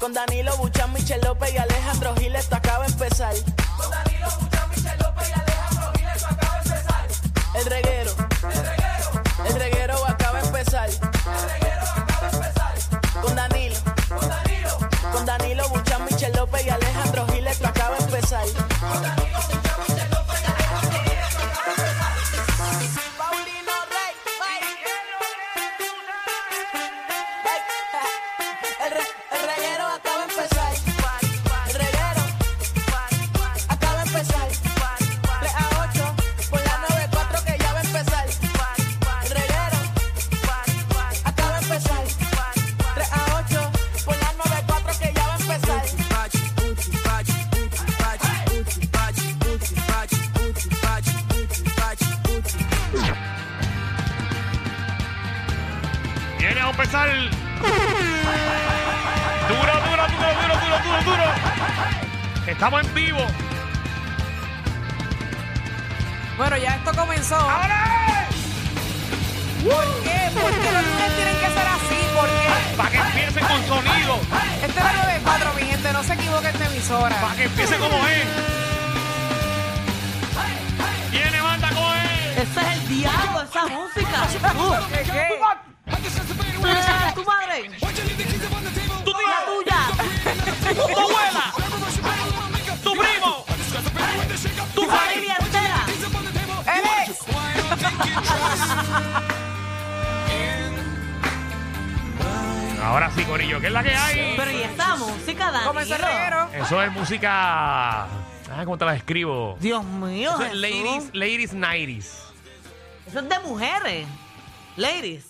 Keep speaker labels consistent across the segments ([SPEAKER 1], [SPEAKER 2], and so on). [SPEAKER 1] Con Danilo Buchan, Michel López y Alejandro Gil, esto acaba de empezar. Con Danilo Buchan, Michel López y Alejandro Gil, esto acaba de empezar. El reguero. El reguero. El reguero acaba de empezar. El reguero acaba de empezar. Con Danilo. Con Danilo. Con Danilo Buchan, Michel López y Alejandro Gil, esto acaba de empezar. Con Danilo Buchan, Michel López y Alejandro Gil, esto acaba de empezar. Paulino Rey. El, re- el reguero acaba de empezar. El reguero acaba de empezar. 3 a 8 por la 94 que ya va a empezar. El reguero acaba de empezar. 3 a 8 por la 94 que ya va a empezar.
[SPEAKER 2] Viene a empezar. Duro, duro, duro, duro, duro, duro, duro. Estamos en vivo.
[SPEAKER 3] Bueno, ya esto comenzó.
[SPEAKER 2] ¡Ahora!
[SPEAKER 3] ¿Por qué? ¿Por qué los lunes tienen que ser así? ¿Por qué?
[SPEAKER 2] Para que empiece con sonido.
[SPEAKER 3] Este es la 94, mi gente. No se equivoque esta emisora.
[SPEAKER 2] Para que empiece como es. Viene banda como es.
[SPEAKER 4] Ese es el diablo, esa música.
[SPEAKER 3] ¿Qué, qué?
[SPEAKER 4] Tú, eres tu madre,
[SPEAKER 2] Tu
[SPEAKER 4] la
[SPEAKER 2] tío,
[SPEAKER 4] tuya.
[SPEAKER 2] tu abuela, tu primo, tu
[SPEAKER 4] Tu
[SPEAKER 2] familia.
[SPEAKER 4] familia entera.
[SPEAKER 3] ¡El ex!
[SPEAKER 2] Ahora sí, Corillo, ¿qué es la que hay?
[SPEAKER 4] Pero y esa música,
[SPEAKER 3] Comenzó el
[SPEAKER 4] Danilo.
[SPEAKER 3] reguero.
[SPEAKER 2] Eso es música. Ah, ¿cómo te la describo?
[SPEAKER 4] Dios mío.
[SPEAKER 2] Eso es
[SPEAKER 4] Jesús.
[SPEAKER 2] ladies, ladies, 90s.
[SPEAKER 4] Eso es de mujeres. Ladies.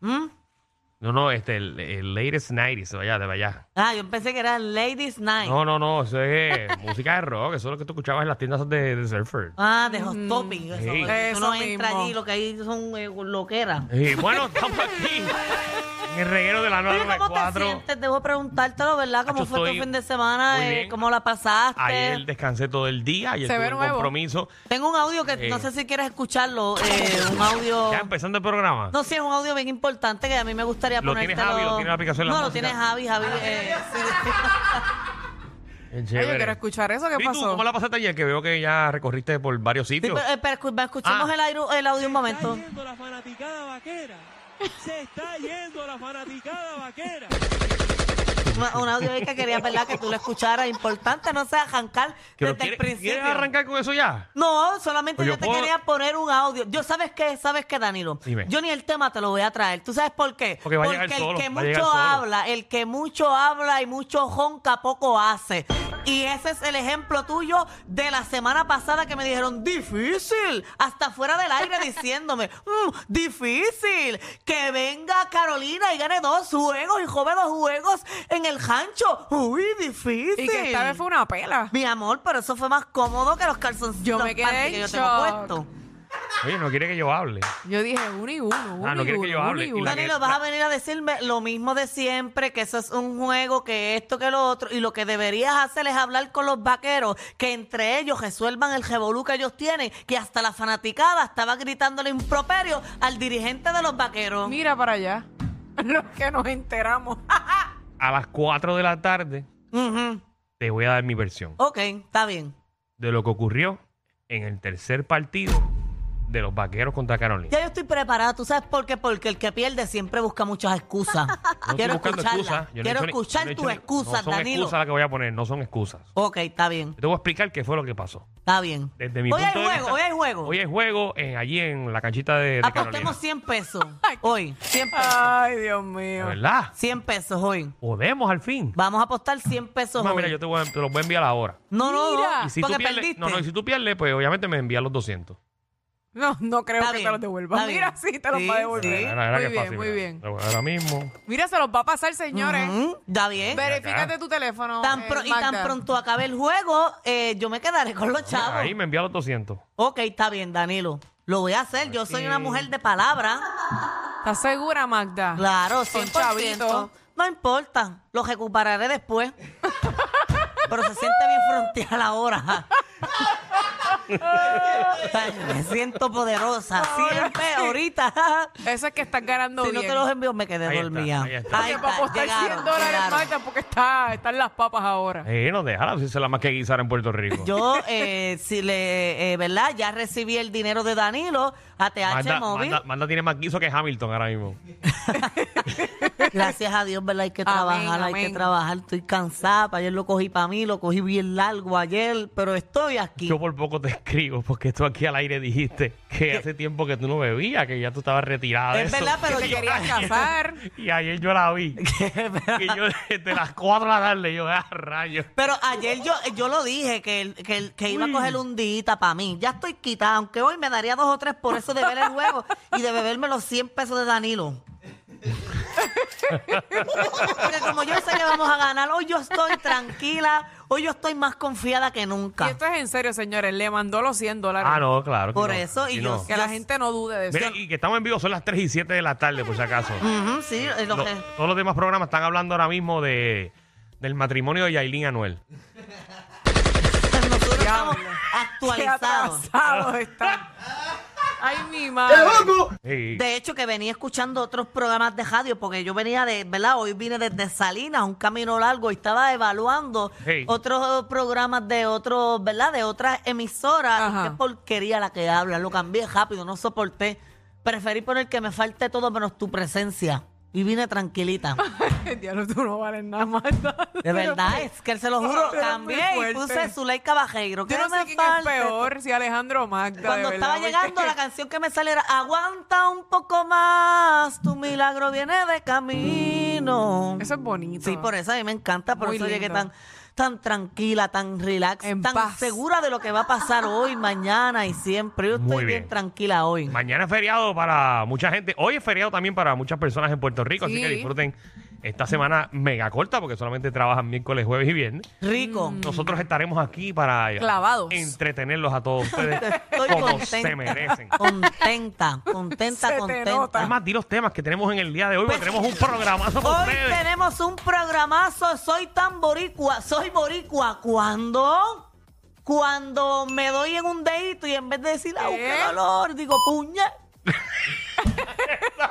[SPEAKER 4] ¿Mm?
[SPEAKER 2] No, no, este, el, el latest 90s, de allá, de allá.
[SPEAKER 4] Ah, yo pensé que era Ladies Night.
[SPEAKER 2] No, no, no, eso es música de rock, eso es lo que tú escuchabas en las tiendas de, de Surfer.
[SPEAKER 4] Ah, de Hot Topic. Eso,
[SPEAKER 2] Mm, Sí.
[SPEAKER 4] eso no
[SPEAKER 3] Eso
[SPEAKER 4] entra
[SPEAKER 3] mismo.
[SPEAKER 4] allí, lo que hay son eh, loqueras.
[SPEAKER 2] Y bueno, estamos aquí en el reguero de la
[SPEAKER 4] Oye, ¿cómo te
[SPEAKER 2] 994.
[SPEAKER 4] sientes? Debo preguntártelo, ¿verdad? ¿Cómo
[SPEAKER 2] Acho,
[SPEAKER 4] fue
[SPEAKER 2] estoy
[SPEAKER 4] tu fin de
[SPEAKER 2] muy
[SPEAKER 4] semana? Eh,
[SPEAKER 2] bien.
[SPEAKER 4] ¿Cómo la pasaste?
[SPEAKER 2] Ayer descansé todo el día, ayer
[SPEAKER 3] Se ve
[SPEAKER 2] tuve un
[SPEAKER 3] nuevo.
[SPEAKER 2] compromiso.
[SPEAKER 4] Tengo un audio que
[SPEAKER 2] Eh.
[SPEAKER 4] no sé si quieres escucharlo. eh, un audio...
[SPEAKER 2] Ya empezando el programa.
[SPEAKER 4] No, sí, es un audio bien importante que a mí me gustaría
[SPEAKER 2] ¿Lo tiene
[SPEAKER 4] ponértelo.
[SPEAKER 2] Javi? ¿Lo tiene la aplicación de la
[SPEAKER 4] No, lo
[SPEAKER 2] música? Ah.
[SPEAKER 4] tiene Javi, Javi. eh,
[SPEAKER 2] Es
[SPEAKER 3] Ay,
[SPEAKER 2] chévere.
[SPEAKER 3] yo quiero escuchar eso. ¿Qué
[SPEAKER 2] ¿Y tú
[SPEAKER 3] pasó?
[SPEAKER 2] cómo la pasaste ayer? Que veo que ya recorriste por varios
[SPEAKER 4] sí,
[SPEAKER 2] sitios.
[SPEAKER 4] pero, eh, pero escu- escuchemos
[SPEAKER 2] Ah.
[SPEAKER 4] el, airo- el audio un momento.
[SPEAKER 5] Se está yendo la fanaticada vaquera. Se está yendo la fanaticada vaquera.
[SPEAKER 4] Una- un audio ahí que quería, ¿verdad? Que tú lo escucharas. Importante, no sea arrancar
[SPEAKER 2] Que lo
[SPEAKER 4] desde el
[SPEAKER 2] quieres-
[SPEAKER 4] principio.
[SPEAKER 2] ¿Quieres arrancar con eso ya?
[SPEAKER 4] No, solamente
[SPEAKER 2] Pues
[SPEAKER 4] yo,
[SPEAKER 2] yo
[SPEAKER 4] te
[SPEAKER 2] puedo-
[SPEAKER 4] quería poner un audio. Yo, ¿sabes qué? ¿Sabes qué, Danilo?
[SPEAKER 2] Dime.
[SPEAKER 4] Yo ni el tema te lo voy a traer. ¿Tú sabes por qué?
[SPEAKER 2] Porque va a llegar
[SPEAKER 4] el
[SPEAKER 2] solo,
[SPEAKER 4] que
[SPEAKER 2] va a llegar
[SPEAKER 4] mucho
[SPEAKER 2] solo.
[SPEAKER 4] habla, el que mucho habla y mucho jonca, poco hace. Y ese es el ejemplo tuyo de la semana pasada que me dijeron, difícil, hasta fuera del aire diciéndome, "Mm, difícil, que venga Carolina y gane dos juegos y joven dos juegos en el rancho. Uy, difícil.
[SPEAKER 3] Y que esta vez fue una pela.
[SPEAKER 4] Mi amor, pero eso fue más cómodo que los calzoncillos
[SPEAKER 3] Yo me quedé
[SPEAKER 4] panty que
[SPEAKER 3] en
[SPEAKER 4] yo tengo
[SPEAKER 3] shock.
[SPEAKER 4] puesto.
[SPEAKER 2] Oye, no quiere que yo hable.
[SPEAKER 3] Yo dije uno y uno. uno
[SPEAKER 2] Ah, no
[SPEAKER 3] y
[SPEAKER 2] quiere
[SPEAKER 3] uno,
[SPEAKER 2] que yo
[SPEAKER 3] uno
[SPEAKER 2] hable.
[SPEAKER 3] y
[SPEAKER 2] Y
[SPEAKER 3] uno.
[SPEAKER 2] la-
[SPEAKER 4] Danilo, vas a venir a decirme lo mismo de siempre, que eso es un juego, que esto, que lo otro, y lo que deberías hacer es hablar con los vaqueros, que entre ellos resuelvan el revolú que ellos tienen, que hasta la fanaticada estaba gritándole improperio al dirigente de los vaqueros.
[SPEAKER 3] Mira para allá. Los que nos enteramos.
[SPEAKER 2] A las 4 de la tarde
[SPEAKER 4] Ujú.
[SPEAKER 2] te voy a dar mi versión.
[SPEAKER 4] Ok, está bien.
[SPEAKER 2] de lo que ocurrió en el tercer partido de los vaqueros contra Carolina.
[SPEAKER 4] Ya yo estoy preparada, ¿tú sabes por qué? Porque el que pierde siempre busca muchas excusas.
[SPEAKER 2] No
[SPEAKER 4] Quiero
[SPEAKER 2] estoy buscando
[SPEAKER 4] escucharla.
[SPEAKER 2] excusas. Yo no he
[SPEAKER 4] Quiero
[SPEAKER 2] hecho ni-
[SPEAKER 4] escuchar
[SPEAKER 2] no he hecho
[SPEAKER 4] tus
[SPEAKER 2] ni-
[SPEAKER 4] excusas,
[SPEAKER 2] No son
[SPEAKER 4] Danilo.
[SPEAKER 2] excusas las que voy a poner, no son excusas.
[SPEAKER 4] Ok, está bien.
[SPEAKER 2] Yo te voy a explicar qué fue lo que pasó.
[SPEAKER 4] Está bien.
[SPEAKER 2] Desde mi
[SPEAKER 4] hoy
[SPEAKER 2] punto de
[SPEAKER 4] hay juego,
[SPEAKER 2] vista-
[SPEAKER 4] hoy hay juego.
[SPEAKER 2] Hoy hay juego en- allí en la canchita de, de Carolina.
[SPEAKER 4] Apostemos 100 pesos. Hoy, 100 pesos.
[SPEAKER 3] Ay, Dios mío.
[SPEAKER 2] ¿Verdad?
[SPEAKER 4] 100 pesos hoy.
[SPEAKER 2] Podemos al fin.
[SPEAKER 4] Vamos a apostar 100 pesos
[SPEAKER 2] Mamá,
[SPEAKER 4] hoy.
[SPEAKER 2] mira, yo te, voy a- te los voy a enviar ahora.
[SPEAKER 4] No, no,
[SPEAKER 3] Mira.
[SPEAKER 4] no.
[SPEAKER 2] Y si tú
[SPEAKER 4] porque
[SPEAKER 2] pierdes,
[SPEAKER 4] perdiste.
[SPEAKER 2] no, no, y si tú pierdes, pues obviamente me envías los 200.
[SPEAKER 3] No, no creo
[SPEAKER 4] Está
[SPEAKER 3] que
[SPEAKER 4] bien,
[SPEAKER 3] te los devuelva.
[SPEAKER 4] está
[SPEAKER 3] Mira,
[SPEAKER 4] bien.
[SPEAKER 3] sí, te los
[SPEAKER 4] Sí,
[SPEAKER 3] va a
[SPEAKER 4] sí.
[SPEAKER 3] devolver.
[SPEAKER 2] Era- era
[SPEAKER 3] Muy
[SPEAKER 2] que
[SPEAKER 3] bien,
[SPEAKER 2] fácil,
[SPEAKER 3] muy
[SPEAKER 2] mira.
[SPEAKER 3] bien.
[SPEAKER 2] Ahora mismo.
[SPEAKER 3] Mira, se los va a pasar, señores.
[SPEAKER 4] Ujú, Está Mm, bien.
[SPEAKER 3] Verifícate tu teléfono.
[SPEAKER 4] Tan
[SPEAKER 3] eh,
[SPEAKER 4] pro- y
[SPEAKER 3] Magda.
[SPEAKER 4] tan pronto acabe el juego, eh, yo me quedaré con los chavos.
[SPEAKER 2] Ahí me envía los 200.
[SPEAKER 4] Ok, está bien, Danilo. Lo voy a hacer. Yo soy una mujer de palabra.
[SPEAKER 3] ¿Estás segura, Magda?
[SPEAKER 4] Claro,
[SPEAKER 3] Son
[SPEAKER 4] 100%.
[SPEAKER 3] chavitos.
[SPEAKER 4] No importa. Lo recuperaré después. Pero se siente bien frontear ahora. Ay, me siento poderosa. Siempre, ahorita.
[SPEAKER 3] Eso es que estás ganando
[SPEAKER 4] Si no
[SPEAKER 3] bien.
[SPEAKER 4] te los envío, me quedé
[SPEAKER 2] Ahí está,
[SPEAKER 4] dormida.
[SPEAKER 2] ahí está.
[SPEAKER 3] Porque para apostar 100 dólares,
[SPEAKER 4] llegaron.
[SPEAKER 3] Magda, porque está, están las papas ahora.
[SPEAKER 2] Eh, no, déjala, si se la más que guisar en Puerto Rico.
[SPEAKER 4] Yo, eh, si le, eh, ¿verdad? Ya recibí el dinero de Danilo a TH
[SPEAKER 2] Manda,
[SPEAKER 4] Móvil.
[SPEAKER 2] Manda, Manda tiene más guiso que Hamilton ahora mismo.
[SPEAKER 4] Gracias a Dios, ¿verdad? Hay que
[SPEAKER 3] Amén,
[SPEAKER 4] trabajar, hay
[SPEAKER 3] amén.
[SPEAKER 4] que trabajar. Estoy cansada. Ayer lo cogí para mí, lo cogí bien largo ayer, pero estoy aquí.
[SPEAKER 2] Yo por poco te escribo porque tú aquí al aire dijiste que hace tiempo que tú no bebías, que ya tú estabas retirada. de
[SPEAKER 4] Es
[SPEAKER 2] eso.
[SPEAKER 4] verdad, pero
[SPEAKER 3] Te
[SPEAKER 4] yo-
[SPEAKER 3] querías casar.
[SPEAKER 2] Y ayer yo la vi. que yo desde las 4 de la tarde, yo, ah, rayos.
[SPEAKER 4] Pero ayer yo, yo lo dije, que, el- que, el- que iba a
[SPEAKER 3] Mm.
[SPEAKER 4] coger un dita para mí. Ya estoy quitada, aunque hoy me daría dos o tres por eso de ver el juego y de beberme los 100 pesos de Danilo. Porque como yo sé que vamos a ganar, hoy yo estoy tranquila, hoy yo estoy más confiada que
[SPEAKER 3] Y
[SPEAKER 4] nunca.
[SPEAKER 3] esto es en serio, señores. Le mandó los 100 dólares.
[SPEAKER 2] Ah, no, claro. que
[SPEAKER 4] Por
[SPEAKER 2] no,
[SPEAKER 4] eso, y
[SPEAKER 2] que
[SPEAKER 4] yo-
[SPEAKER 2] no.
[SPEAKER 3] Que la gente no dude de eso.
[SPEAKER 2] Mira, y que estamos en vivo, son las 3 y 7 de la tarde, por si acaso.
[SPEAKER 4] Ujú, sí, es lo
[SPEAKER 2] Lo-
[SPEAKER 4] que-
[SPEAKER 2] todos los demás programas están hablando ahora mismo de del matrimonio de Yailin Anuel.
[SPEAKER 4] nosotros estamos
[SPEAKER 3] Qué
[SPEAKER 4] actualizados.
[SPEAKER 3] atrasados están. Ah. Ay, mi madre.
[SPEAKER 2] Sí.
[SPEAKER 4] De hecho, que venía escuchando otros programas de radio, porque yo venía de, ¿verdad? Hoy vine desde Salinas, un camino largo, y estaba evaluando
[SPEAKER 2] Hey.
[SPEAKER 4] otros programas de otros, ¿verdad? De otras emisoras.
[SPEAKER 3] Ajá.
[SPEAKER 4] Qué porquería la que habla. Lo cambié rápido, no soporté. Preferí poner que me falte todo menos tu presencia. Y vine tranquilita.
[SPEAKER 3] Diablo, tú no vales nada más.
[SPEAKER 4] De verdad, es que se lo juro,
[SPEAKER 3] Pero muy
[SPEAKER 4] cambié y
[SPEAKER 3] fuerte.
[SPEAKER 4] puse Zuleika Bajeiro.
[SPEAKER 3] Yo
[SPEAKER 4] que
[SPEAKER 3] no sé
[SPEAKER 4] me
[SPEAKER 3] quién es
[SPEAKER 4] falte
[SPEAKER 3] peor, si Alejandro o Magda. de
[SPEAKER 4] Cuando
[SPEAKER 3] verdad,
[SPEAKER 4] estaba
[SPEAKER 3] porque
[SPEAKER 4] llegando,
[SPEAKER 3] es
[SPEAKER 4] la
[SPEAKER 3] que-
[SPEAKER 4] canción que me salió era Aguanta un poco más, tu milagro viene de camino.
[SPEAKER 3] Eso es bonito.
[SPEAKER 4] Sí, por eso a mí me encanta, por
[SPEAKER 3] Muy
[SPEAKER 4] eso llegué
[SPEAKER 3] lindo.
[SPEAKER 4] tan, tan tranquila, tan relax,
[SPEAKER 3] En
[SPEAKER 4] tan
[SPEAKER 3] paz.
[SPEAKER 4] segura de lo que va a pasar hoy, mañana y siempre. Yo estoy
[SPEAKER 2] Muy
[SPEAKER 4] bien.
[SPEAKER 2] bien.
[SPEAKER 4] tranquila hoy.
[SPEAKER 2] Mañana es feriado para mucha gente. Hoy es feriado también para muchas personas en Puerto Rico, así
[SPEAKER 3] Sí.
[SPEAKER 2] que disfruten esta semana mega corta porque solamente trabajan miércoles, jueves y viernes.
[SPEAKER 4] Rico.
[SPEAKER 3] Mm.
[SPEAKER 2] Nosotros estaremos aquí para
[SPEAKER 3] Clavados.
[SPEAKER 2] entretenerlos a todos ustedes
[SPEAKER 4] Estoy
[SPEAKER 2] como
[SPEAKER 4] contenta.
[SPEAKER 2] se merecen.
[SPEAKER 4] Contenta, contenta,
[SPEAKER 3] Se te nota.
[SPEAKER 4] contenta.
[SPEAKER 2] Además, di los temas que tenemos en el día de hoy,
[SPEAKER 3] Pues,
[SPEAKER 2] porque tenemos un programazo para
[SPEAKER 4] Hoy
[SPEAKER 2] ustedes.
[SPEAKER 4] tenemos un programazo, soy tan boricua, soy boricua. ¿Cuándo? Cuando me doy en un dedito y en vez de decir, ¡ah, qué
[SPEAKER 3] ¿Qué?
[SPEAKER 4] dolor! Digo, puña.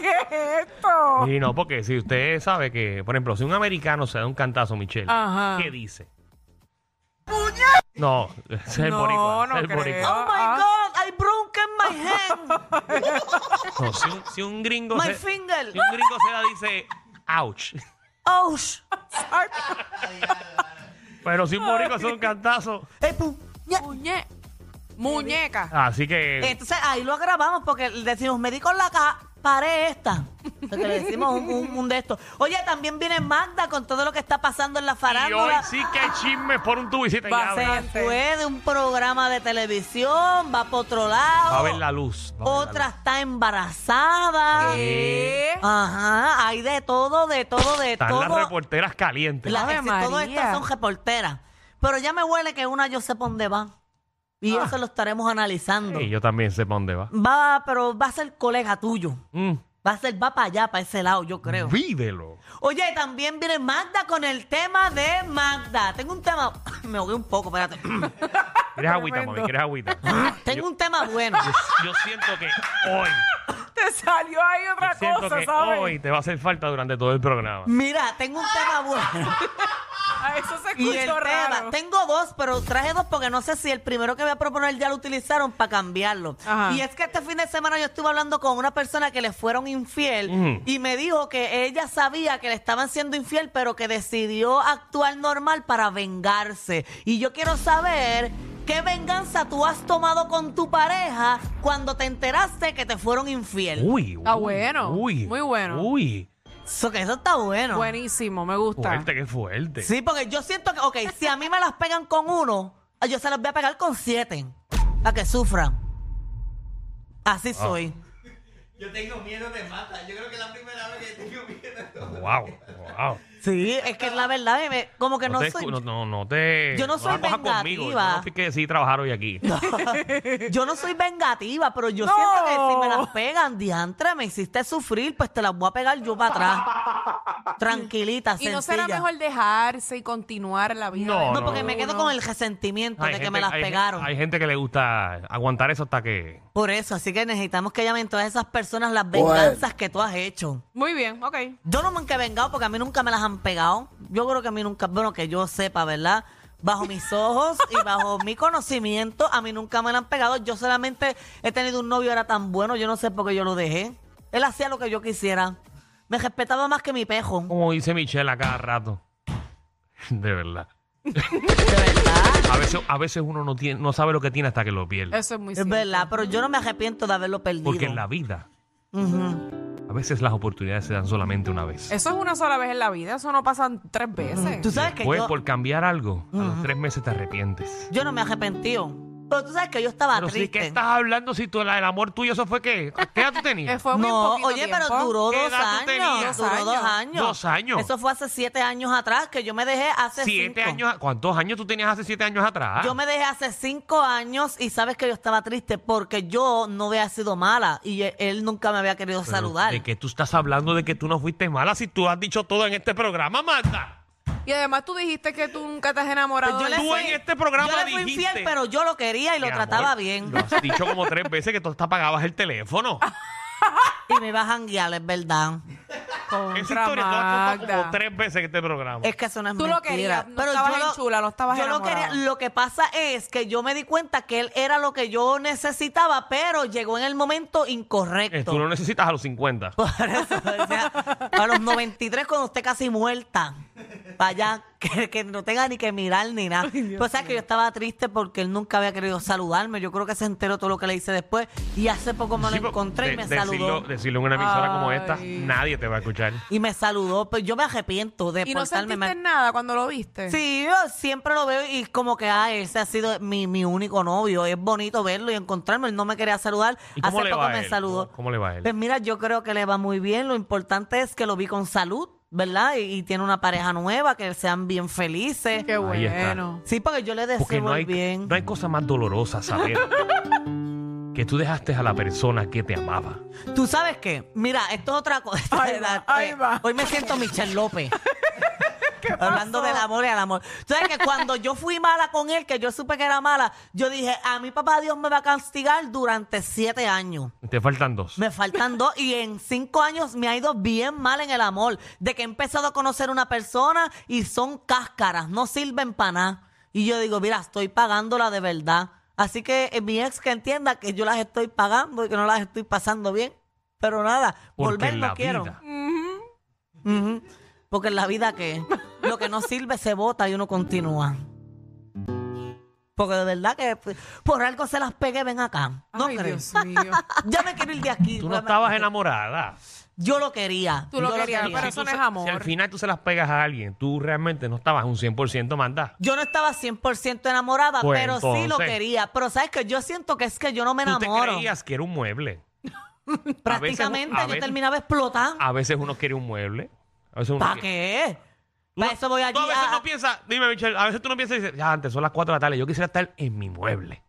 [SPEAKER 3] ¿Qué es esto?
[SPEAKER 2] Y no, porque si usted sabe que, por ejemplo, si un americano se da un cantazo, Michelle,
[SPEAKER 3] Ajá.
[SPEAKER 2] ¿qué dice? No, es el
[SPEAKER 3] No,
[SPEAKER 2] boricua. ese es
[SPEAKER 3] no
[SPEAKER 2] el
[SPEAKER 3] creo.
[SPEAKER 4] ¡Oh,
[SPEAKER 2] boricua.
[SPEAKER 4] my God! I broken my hand.
[SPEAKER 2] No, si, un, si un gringo
[SPEAKER 4] My
[SPEAKER 2] se,
[SPEAKER 4] finger. Oh,
[SPEAKER 2] si un gringo se da, dice, ouch.
[SPEAKER 4] ¡Ouch!
[SPEAKER 2] Pero si un boricua se da un cantazo.
[SPEAKER 4] Eh, puña.
[SPEAKER 3] Muñe- Muñeca.
[SPEAKER 2] Así que,
[SPEAKER 4] Entonces ahí lo grabamos porque le decimos, me di con la caja, paré esta. Porque le decimos un, un- un de estos. Oye, también viene Magda con todo lo que está pasando en la
[SPEAKER 2] y hoy
[SPEAKER 4] farándula.
[SPEAKER 2] sí que hay chismes por un tubo y siete
[SPEAKER 3] Va a
[SPEAKER 2] llaves.
[SPEAKER 3] ser-
[SPEAKER 4] Se fue de un programa de televisión, va para otro lado.
[SPEAKER 2] Va a ver la luz. va a ver la
[SPEAKER 4] Otra está embarazada.
[SPEAKER 3] ¿Qué?
[SPEAKER 4] Ajá, hay de todo, de todo, de
[SPEAKER 2] luz. Están
[SPEAKER 4] todo.
[SPEAKER 2] las reporteras calientes.
[SPEAKER 4] La-
[SPEAKER 3] Ave
[SPEAKER 4] ese- todo
[SPEAKER 3] María.
[SPEAKER 4] estas son reporteras. Pero ya me huele que una yo sepa dónde va. Y
[SPEAKER 2] Ah.
[SPEAKER 4] eso lo estaremos analizando.
[SPEAKER 2] Y yo también sé para dónde va.
[SPEAKER 4] Va, pero va a ser colega tuyo.
[SPEAKER 2] Mm,
[SPEAKER 4] Va a ser, va para allá, para ese lado, yo creo.
[SPEAKER 2] Vívelo.
[SPEAKER 4] Oye, también viene Magda con el tema de Magda. Tengo un tema. Me ahogué un poco, espérate.
[SPEAKER 2] ¿Quieres agüita,
[SPEAKER 3] Tremendo.
[SPEAKER 2] mami? ¿Quieres agüita?
[SPEAKER 4] Ah, Tengo un tema bueno.
[SPEAKER 2] Yo siento que hoy.
[SPEAKER 3] Te salió ahí otra
[SPEAKER 2] Siento
[SPEAKER 3] cosa,
[SPEAKER 2] que
[SPEAKER 3] ¿sabes?
[SPEAKER 2] hoy te va a hacer falta durante todo el programa.
[SPEAKER 4] Mira, tengo un tema bueno.
[SPEAKER 3] Ah, Eso se
[SPEAKER 4] Y el
[SPEAKER 3] escuchó
[SPEAKER 4] tema,
[SPEAKER 3] raro.
[SPEAKER 4] tengo dos, pero traje dos porque no sé si el primero que voy a proponer ya lo utilizaron para cambiarlo.
[SPEAKER 3] Ajá.
[SPEAKER 4] Y es que este fin de semana yo estuve hablando con una persona que le fueron infiel
[SPEAKER 2] Ujú.
[SPEAKER 4] y me dijo que ella sabía que le estaban siendo infiel, pero que decidió actuar normal para vengarse. Y yo quiero saber qué venganza tú has tomado con tu pareja cuando te enteraste que te fueron infiel.
[SPEAKER 2] Uy,
[SPEAKER 3] Está
[SPEAKER 2] uy,
[SPEAKER 3] bueno,
[SPEAKER 2] Uy,
[SPEAKER 3] muy bueno.
[SPEAKER 2] Uy,
[SPEAKER 4] Eso, que eso está bueno.
[SPEAKER 3] Buenísimo, me gusta.
[SPEAKER 2] fuerte, qué fuerte.
[SPEAKER 4] Sí, porque yo siento que, ok, si a mí me las pegan con uno, ah, yo se las voy a pegar con siete. Para que sufran. Así soy.
[SPEAKER 2] Wow, wow.
[SPEAKER 4] Sí, es que es la verdad, bebé, como que
[SPEAKER 2] No,
[SPEAKER 4] no,
[SPEAKER 2] te,
[SPEAKER 4] soy.
[SPEAKER 2] escu- no, no, no te.
[SPEAKER 4] Yo no soy
[SPEAKER 2] la cojas conmigo. Yo
[SPEAKER 4] vengativa.
[SPEAKER 2] no fui que decidí trabajar hoy aquí.
[SPEAKER 4] Yo no soy vengativa, pero yo
[SPEAKER 3] No.
[SPEAKER 4] siento que si me las pegan, diantre, me hiciste sufrir, pues te las voy a pegar yo para atrás. Tranquilita,
[SPEAKER 3] y
[SPEAKER 4] sencilla.
[SPEAKER 3] no será mejor dejarse y continuar la vida.
[SPEAKER 2] No,
[SPEAKER 3] de-
[SPEAKER 4] No, porque me quedo con el resentimiento de
[SPEAKER 2] Hay
[SPEAKER 4] que me
[SPEAKER 2] gente-
[SPEAKER 4] las
[SPEAKER 2] hay-
[SPEAKER 4] pegaron.
[SPEAKER 2] Hay gente que le gusta aguantar eso hasta que.
[SPEAKER 4] Por eso, así que necesitamos que llamen todas esas personas las venganzas que tú has hecho.
[SPEAKER 3] Muy bien, ok.
[SPEAKER 4] Yo no nunca he vengado porque a mí nunca me las han pegado. Yo creo que a mí nunca, bueno, que yo sepa, ¿verdad? Bajo mis ojos y bajo mi conocimiento, a mí nunca me la han pegado. Yo solamente he tenido un novio, era tan bueno, yo no sé por qué yo lo dejé. Él hacía lo que yo quisiera. Me respetaba más que mi pejo.
[SPEAKER 2] Como dice Michelle a cada rato. De verdad.
[SPEAKER 4] De verdad.
[SPEAKER 2] A veces, a veces uno no, tiene, no sabe lo que tiene hasta que lo pierde.
[SPEAKER 3] Eso es muy
[SPEAKER 4] Es
[SPEAKER 3] cierto.
[SPEAKER 4] verdad, pero yo no me arrepiento de haberlo perdido.
[SPEAKER 2] Porque en la vida,
[SPEAKER 4] Ujú.
[SPEAKER 2] a veces las oportunidades se dan solamente una vez.
[SPEAKER 3] Eso es una sola vez en la vida, eso no pasa tres veces.
[SPEAKER 4] Eh, Tú sabes que
[SPEAKER 2] Pues
[SPEAKER 4] yo,
[SPEAKER 2] por cambiar algo, a los tres meses te arrepientes.
[SPEAKER 4] yo no me he arrepentido. Pero tú sabes que yo estaba
[SPEAKER 2] Pero sí,
[SPEAKER 4] triste.
[SPEAKER 2] ¿qué estás hablando si tú, la- el amor tuyo, eso fue qué? ¿Qué edad tú
[SPEAKER 3] Eh,
[SPEAKER 2] tenías?
[SPEAKER 3] fue muy
[SPEAKER 4] No,
[SPEAKER 3] poquito
[SPEAKER 4] oye, pero
[SPEAKER 3] tiempo.
[SPEAKER 4] duró
[SPEAKER 2] ¿Qué
[SPEAKER 4] dos
[SPEAKER 2] edad tú
[SPEAKER 4] años.
[SPEAKER 2] tenías?
[SPEAKER 4] Duró dos
[SPEAKER 3] Dos
[SPEAKER 4] años.
[SPEAKER 2] Dos años.
[SPEAKER 4] Eso fue hace siete años atrás, que yo me dejé hace
[SPEAKER 2] siete
[SPEAKER 4] cinco.
[SPEAKER 2] años. ¿Cuántos años tú tenías hace siete años atrás?
[SPEAKER 4] Yo me dejé hace cinco años y sabes que yo estaba triste porque yo no había sido mala y e- él nunca me había querido
[SPEAKER 2] Pero,
[SPEAKER 4] saludar.
[SPEAKER 2] ¿De qué tú estás hablando de que tú no fuiste mala si tú has dicho todo en este programa, Marta?
[SPEAKER 3] Y además tú dijiste que tú nunca te has enamorado.
[SPEAKER 4] Pues yo
[SPEAKER 3] de-
[SPEAKER 2] Tú
[SPEAKER 4] fui-
[SPEAKER 2] en este programa
[SPEAKER 4] yo le fui
[SPEAKER 2] dijiste-
[SPEAKER 4] infiel, pero yo lo quería y lo
[SPEAKER 2] Mi
[SPEAKER 4] trataba
[SPEAKER 2] amor,
[SPEAKER 4] bien.
[SPEAKER 2] Lo has dicho como tres veces que tú hasta apagabas el teléfono.
[SPEAKER 4] Y me iba a janguear, es verdad.
[SPEAKER 3] Contra
[SPEAKER 2] Esa historia tú la has contado
[SPEAKER 3] Magda.
[SPEAKER 2] como tres veces en este programa.
[SPEAKER 4] Es que eso no es
[SPEAKER 3] Tú lo
[SPEAKER 4] mentira.
[SPEAKER 3] querías, no estabas
[SPEAKER 4] yo
[SPEAKER 3] en chula, no estabas
[SPEAKER 4] yo lo
[SPEAKER 3] enamorada.
[SPEAKER 4] Lo que pasa es que yo me di cuenta que él era lo que yo necesitaba, pero llegó en el momento
[SPEAKER 2] Eh,
[SPEAKER 4] incorrecto.
[SPEAKER 2] tú lo necesitas a los 50.
[SPEAKER 4] Por eso, o sea, a los 93 cuando usted casi muerta. Para allá, que, que no tenga ni que mirar ni nada. Pero o sea que yo estaba triste porque él nunca había querido saludarme. Yo creo que se enteró todo lo que le hice después. Y hace poco me
[SPEAKER 2] Sí,
[SPEAKER 4] lo
[SPEAKER 2] pero
[SPEAKER 4] encontré y
[SPEAKER 2] de-
[SPEAKER 4] me
[SPEAKER 2] decirlo,
[SPEAKER 4] saludó.
[SPEAKER 2] decirlo en una emisora como esta,
[SPEAKER 3] Ay.
[SPEAKER 2] nadie te va a escuchar.
[SPEAKER 4] Y me saludó. Pero yo me arrepiento de
[SPEAKER 3] Y no
[SPEAKER 4] portarme
[SPEAKER 3] sentiste
[SPEAKER 4] mal.
[SPEAKER 3] nada cuando lo viste.
[SPEAKER 4] Sí, yo siempre lo veo y como que, ah, ese ha sido mi, mi único novio. Es bonito verlo y encontrarme. Él no me quería saludar.
[SPEAKER 2] ¿Y
[SPEAKER 4] Hace
[SPEAKER 2] cómo le
[SPEAKER 4] poco
[SPEAKER 2] va a
[SPEAKER 4] me
[SPEAKER 2] él?
[SPEAKER 4] saludó.
[SPEAKER 2] ¿Cómo, cómo le va a él?
[SPEAKER 4] Pues mira, yo creo que le va muy bien. Lo importante es que lo vi con salud, ¿verdad? Y, y tiene una pareja nueva, que sean bien felices.
[SPEAKER 3] Qué
[SPEAKER 2] Ahí está.
[SPEAKER 3] bueno.
[SPEAKER 4] Sí, porque yo le
[SPEAKER 2] Porque
[SPEAKER 4] deseo
[SPEAKER 2] no hay,
[SPEAKER 4] bien.
[SPEAKER 2] no hay cosa más dolorosa saber que tú dejaste a la persona que te amaba.
[SPEAKER 4] ¿Tú sabes qué? Mira, esto es otra cosa.
[SPEAKER 3] Ahí va, ahí va.
[SPEAKER 4] eh, Hoy me siento Michelle López. Hablando del amor y al amor. Tú sabes que cuando yo fui mala con él, que yo supe que era mala, yo dije, a mi papá Dios me va a castigar durante siete años.
[SPEAKER 2] Te faltan dos.
[SPEAKER 4] Me faltan dos y en cinco años me ha ido bien mal en el amor. De que he empezado a conocer una persona y son cáscaras, no sirven para nada. Y yo digo, mira, estoy pagándola de verdad. Así que eh, mi ex que entienda que yo las estoy pagando y que no las estoy pasando bien. Pero nada,
[SPEAKER 2] Porque
[SPEAKER 4] volver
[SPEAKER 2] en
[SPEAKER 4] no
[SPEAKER 2] la
[SPEAKER 4] quiero.
[SPEAKER 2] vida,
[SPEAKER 4] Ujú. Porque en la vida que lo que no sirve se bota y uno continúa. Porque de verdad que pues, por algo se las pegué, ven acá. ¿No
[SPEAKER 3] Ay,
[SPEAKER 4] crees?
[SPEAKER 3] Dios mío.
[SPEAKER 4] Ya me quiero ir de aquí.
[SPEAKER 2] tú no
[SPEAKER 4] Pues,
[SPEAKER 2] estabas enamorada.
[SPEAKER 4] yo lo quería.
[SPEAKER 3] Tú lo
[SPEAKER 4] yo
[SPEAKER 3] querías, pero eso
[SPEAKER 2] tú
[SPEAKER 3] no es
[SPEAKER 2] se- Si al
[SPEAKER 3] amor.
[SPEAKER 2] final tú se las pegas a alguien, tú realmente no estabas un 100% manda.
[SPEAKER 4] Yo no estaba 100% enamorada,
[SPEAKER 2] Pues,
[SPEAKER 4] pero sí lo
[SPEAKER 2] entonces.
[SPEAKER 4] quería. Pero sabes que yo siento que es que yo no me
[SPEAKER 2] Tú te
[SPEAKER 4] enamoro.
[SPEAKER 2] creías que era un mueble.
[SPEAKER 4] Prácticamente
[SPEAKER 2] a
[SPEAKER 4] yo
[SPEAKER 2] veces- Ah,
[SPEAKER 4] terminaba explotando.
[SPEAKER 2] A veces uno quiere un mueble. A veces uno
[SPEAKER 4] ¿Para
[SPEAKER 2] quiere-
[SPEAKER 4] qué? Para eso voy allí ah,
[SPEAKER 2] Tú a veces
[SPEAKER 4] a-
[SPEAKER 2] no piensas, dime Michelle, a veces tú no piensas y dices, ya antes son las 4 de la tarde, yo quisiera estar en mi mueble.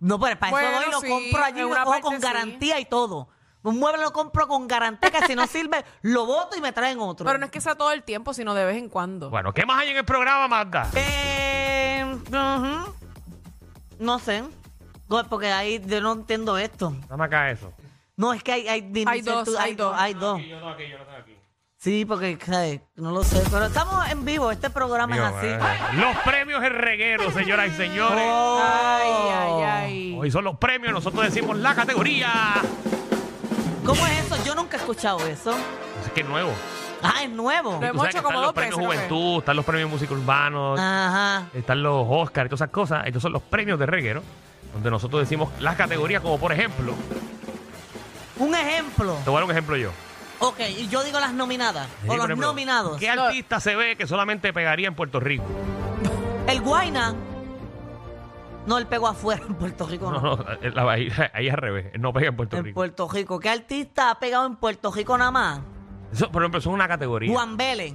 [SPEAKER 4] No, pero para eso
[SPEAKER 3] Bueno,
[SPEAKER 4] voy y lo
[SPEAKER 3] sí,
[SPEAKER 4] compro allí,
[SPEAKER 3] en
[SPEAKER 4] lo
[SPEAKER 3] una
[SPEAKER 4] cojo
[SPEAKER 3] parte
[SPEAKER 4] con
[SPEAKER 3] sí.
[SPEAKER 4] garantía y todo. Un mueble lo compro con garantía que si no sirve, lo boto y me traen otro.
[SPEAKER 3] Pero no es que sea todo el tiempo, sino de vez en cuando.
[SPEAKER 2] Bueno, ¿qué más hay en el programa, Magda?
[SPEAKER 4] Eh, ujú. No sé. No, Porque ahí yo no entiendo esto.
[SPEAKER 2] Dame acá eso.
[SPEAKER 4] No, es que hay, hay,
[SPEAKER 3] Hay dos, hay dos.
[SPEAKER 4] Hay dos.
[SPEAKER 2] yo no aquí, yo no aquí.
[SPEAKER 4] Sí, porque ay, no lo sé, pero estamos en vivo, este programa
[SPEAKER 2] Dios,
[SPEAKER 4] es así.
[SPEAKER 2] madre. Los premios El Reguero, señoras y señores.
[SPEAKER 3] Ay, ay, ay.
[SPEAKER 2] Hoy son los premios, nosotros decimos la categoría.
[SPEAKER 4] ¿Cómo es eso? Yo nunca he escuchado eso.
[SPEAKER 2] Es que es nuevo.
[SPEAKER 4] Ah, es nuevo.
[SPEAKER 3] Lo
[SPEAKER 2] Tú
[SPEAKER 3] hemos
[SPEAKER 2] sabes que
[SPEAKER 3] hecho como
[SPEAKER 2] están los
[SPEAKER 3] dos
[SPEAKER 2] premios
[SPEAKER 3] veces. ¿no?
[SPEAKER 2] Juventud, están los premios Música Urbanos,
[SPEAKER 4] Ah. Ajá.
[SPEAKER 2] están los Oscars y todas esas cosas. Estos son los premios de Reguero, donde nosotros decimos las categorías, como por ejemplo,
[SPEAKER 4] Un ejemplo.
[SPEAKER 2] te voy a dar un ejemplo yo.
[SPEAKER 4] Ok, y yo digo las nominadas.
[SPEAKER 2] Sí,
[SPEAKER 4] o
[SPEAKER 2] por
[SPEAKER 4] los
[SPEAKER 2] ejemplo,
[SPEAKER 4] nominados.
[SPEAKER 2] ¿Qué artista se ve que solamente pegaría en Puerto Rico?
[SPEAKER 4] El Guaina. No, él pegó afuera en Puerto Rico.
[SPEAKER 2] No,
[SPEAKER 4] No.
[SPEAKER 2] no, eh, la- ahí, ahí al revés, no pega en Puerto
[SPEAKER 4] en
[SPEAKER 2] Rico.
[SPEAKER 4] Puerto Rico. ¿Qué artista ha pegado en Puerto Rico nada más?
[SPEAKER 2] Eso, por ejemplo, eso es una categoría.
[SPEAKER 4] Juan Vélez.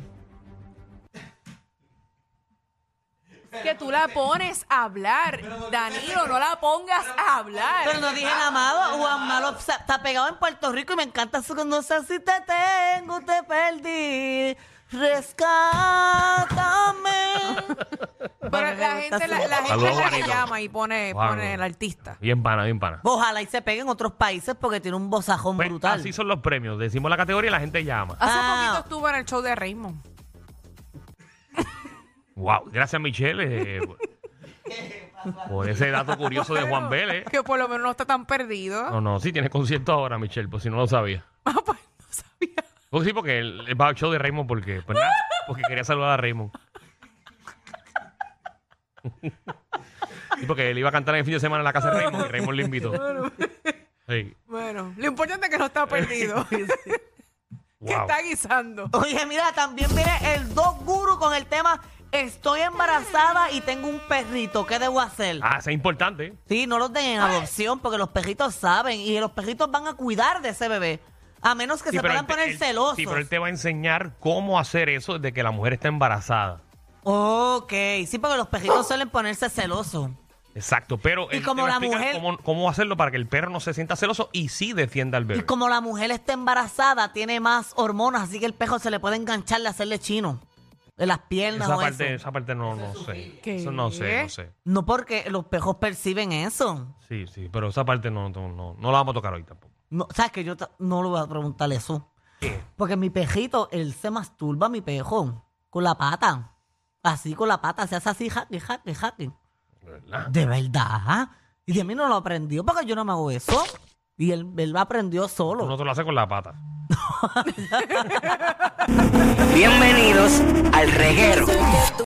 [SPEAKER 3] Que tú la pones a hablar. Danilo, no la pongas a hablar.
[SPEAKER 4] Pero no dije nada más. Juan Malo sa- está pegado en Puerto Rico y me encanta su conducta. Si te tengo, te perdí. Rescátame.
[SPEAKER 3] Pero
[SPEAKER 4] Bueno,
[SPEAKER 3] la
[SPEAKER 4] me gusta
[SPEAKER 3] gente,
[SPEAKER 4] su-
[SPEAKER 3] la, la gente
[SPEAKER 2] Saludos,
[SPEAKER 3] es la que
[SPEAKER 2] Juanito.
[SPEAKER 3] llama y pone,
[SPEAKER 2] Juan.
[SPEAKER 3] pone el artista.
[SPEAKER 2] Bien pana, bien pana.
[SPEAKER 4] Ojalá y se pegue en otros países porque tiene un bozajón
[SPEAKER 2] Pues,
[SPEAKER 4] brutal.
[SPEAKER 2] Así son los premios. Decimos la categoría y la gente llama.
[SPEAKER 3] Hace
[SPEAKER 4] Ah.
[SPEAKER 3] poquito estuvo en el show de Raymond.
[SPEAKER 2] Wow, gracias Michelle eh, por, por ese dato curioso de Juan Vélez.
[SPEAKER 3] Que por lo menos no está tan perdido.
[SPEAKER 2] No, no, sí tiene concierto ahora Michelle, por si no lo sabía.
[SPEAKER 3] Ah, pues no sabía.
[SPEAKER 2] Pues sí, porque él, él va al show de Raymond porque, pues nada, porque quería saludar a Raymond. Y porque él iba a cantar el fin de semana en la casa de Raymond y Raymond le invitó. Sí,
[SPEAKER 3] Bueno, lo importante es que no está perdido. Que
[SPEAKER 2] wow.
[SPEAKER 3] está guisando.
[SPEAKER 4] Oye, mira, también viene el Dog Guru con el tema Estoy embarazada y tengo un perrito. ¿Qué debo hacer?
[SPEAKER 2] Ah, eso es importante.
[SPEAKER 4] Sí, no los den en adopción porque los perritos saben y los perritos van a cuidar de ese bebé. A menos que
[SPEAKER 2] Sí,
[SPEAKER 4] se
[SPEAKER 2] pero
[SPEAKER 4] puedan
[SPEAKER 2] él te-
[SPEAKER 4] poner
[SPEAKER 2] él-
[SPEAKER 4] celosos.
[SPEAKER 2] Sí, pero él te va a enseñar cómo hacer eso desde que la mujer está embarazada.
[SPEAKER 4] Ok, sí, porque los perritos suelen ponerse celosos.
[SPEAKER 2] Exacto, pero
[SPEAKER 4] Y
[SPEAKER 2] él
[SPEAKER 4] como
[SPEAKER 2] te va a
[SPEAKER 4] la
[SPEAKER 2] explicar
[SPEAKER 4] mujer-
[SPEAKER 2] cómo, cómo hacerlo para que el perro no se sienta celoso y sí defienda al
[SPEAKER 4] Y
[SPEAKER 2] bebé.
[SPEAKER 4] como la mujer está embarazada, tiene más hormonas, así que el perro se le puede enganchar de hacerle chino. De las piernas
[SPEAKER 2] Esa
[SPEAKER 4] o
[SPEAKER 2] parte,
[SPEAKER 4] eso.
[SPEAKER 2] esa parte no, no sé.
[SPEAKER 3] ¿Qué?
[SPEAKER 2] Eso no sé, no sé.
[SPEAKER 4] No porque los perros perciben eso.
[SPEAKER 2] Sí, sí, pero esa parte no, no, no, no la vamos a tocar hoy tampoco.
[SPEAKER 4] No, ¿Sabes que Yo ta- no le voy a preguntar eso. Porque mi pejito, él se masturba, mi pejo, con la pata. Así con la pata, se hace así, jaque, jaque, jaque.
[SPEAKER 2] ¿Verdad?
[SPEAKER 4] De verdad. Y de mí no lo aprendió porque yo no me hago eso. Y él, él lo aprendió solo.
[SPEAKER 2] No te lo hace con la pata.
[SPEAKER 6] Bienvenidos al reguero.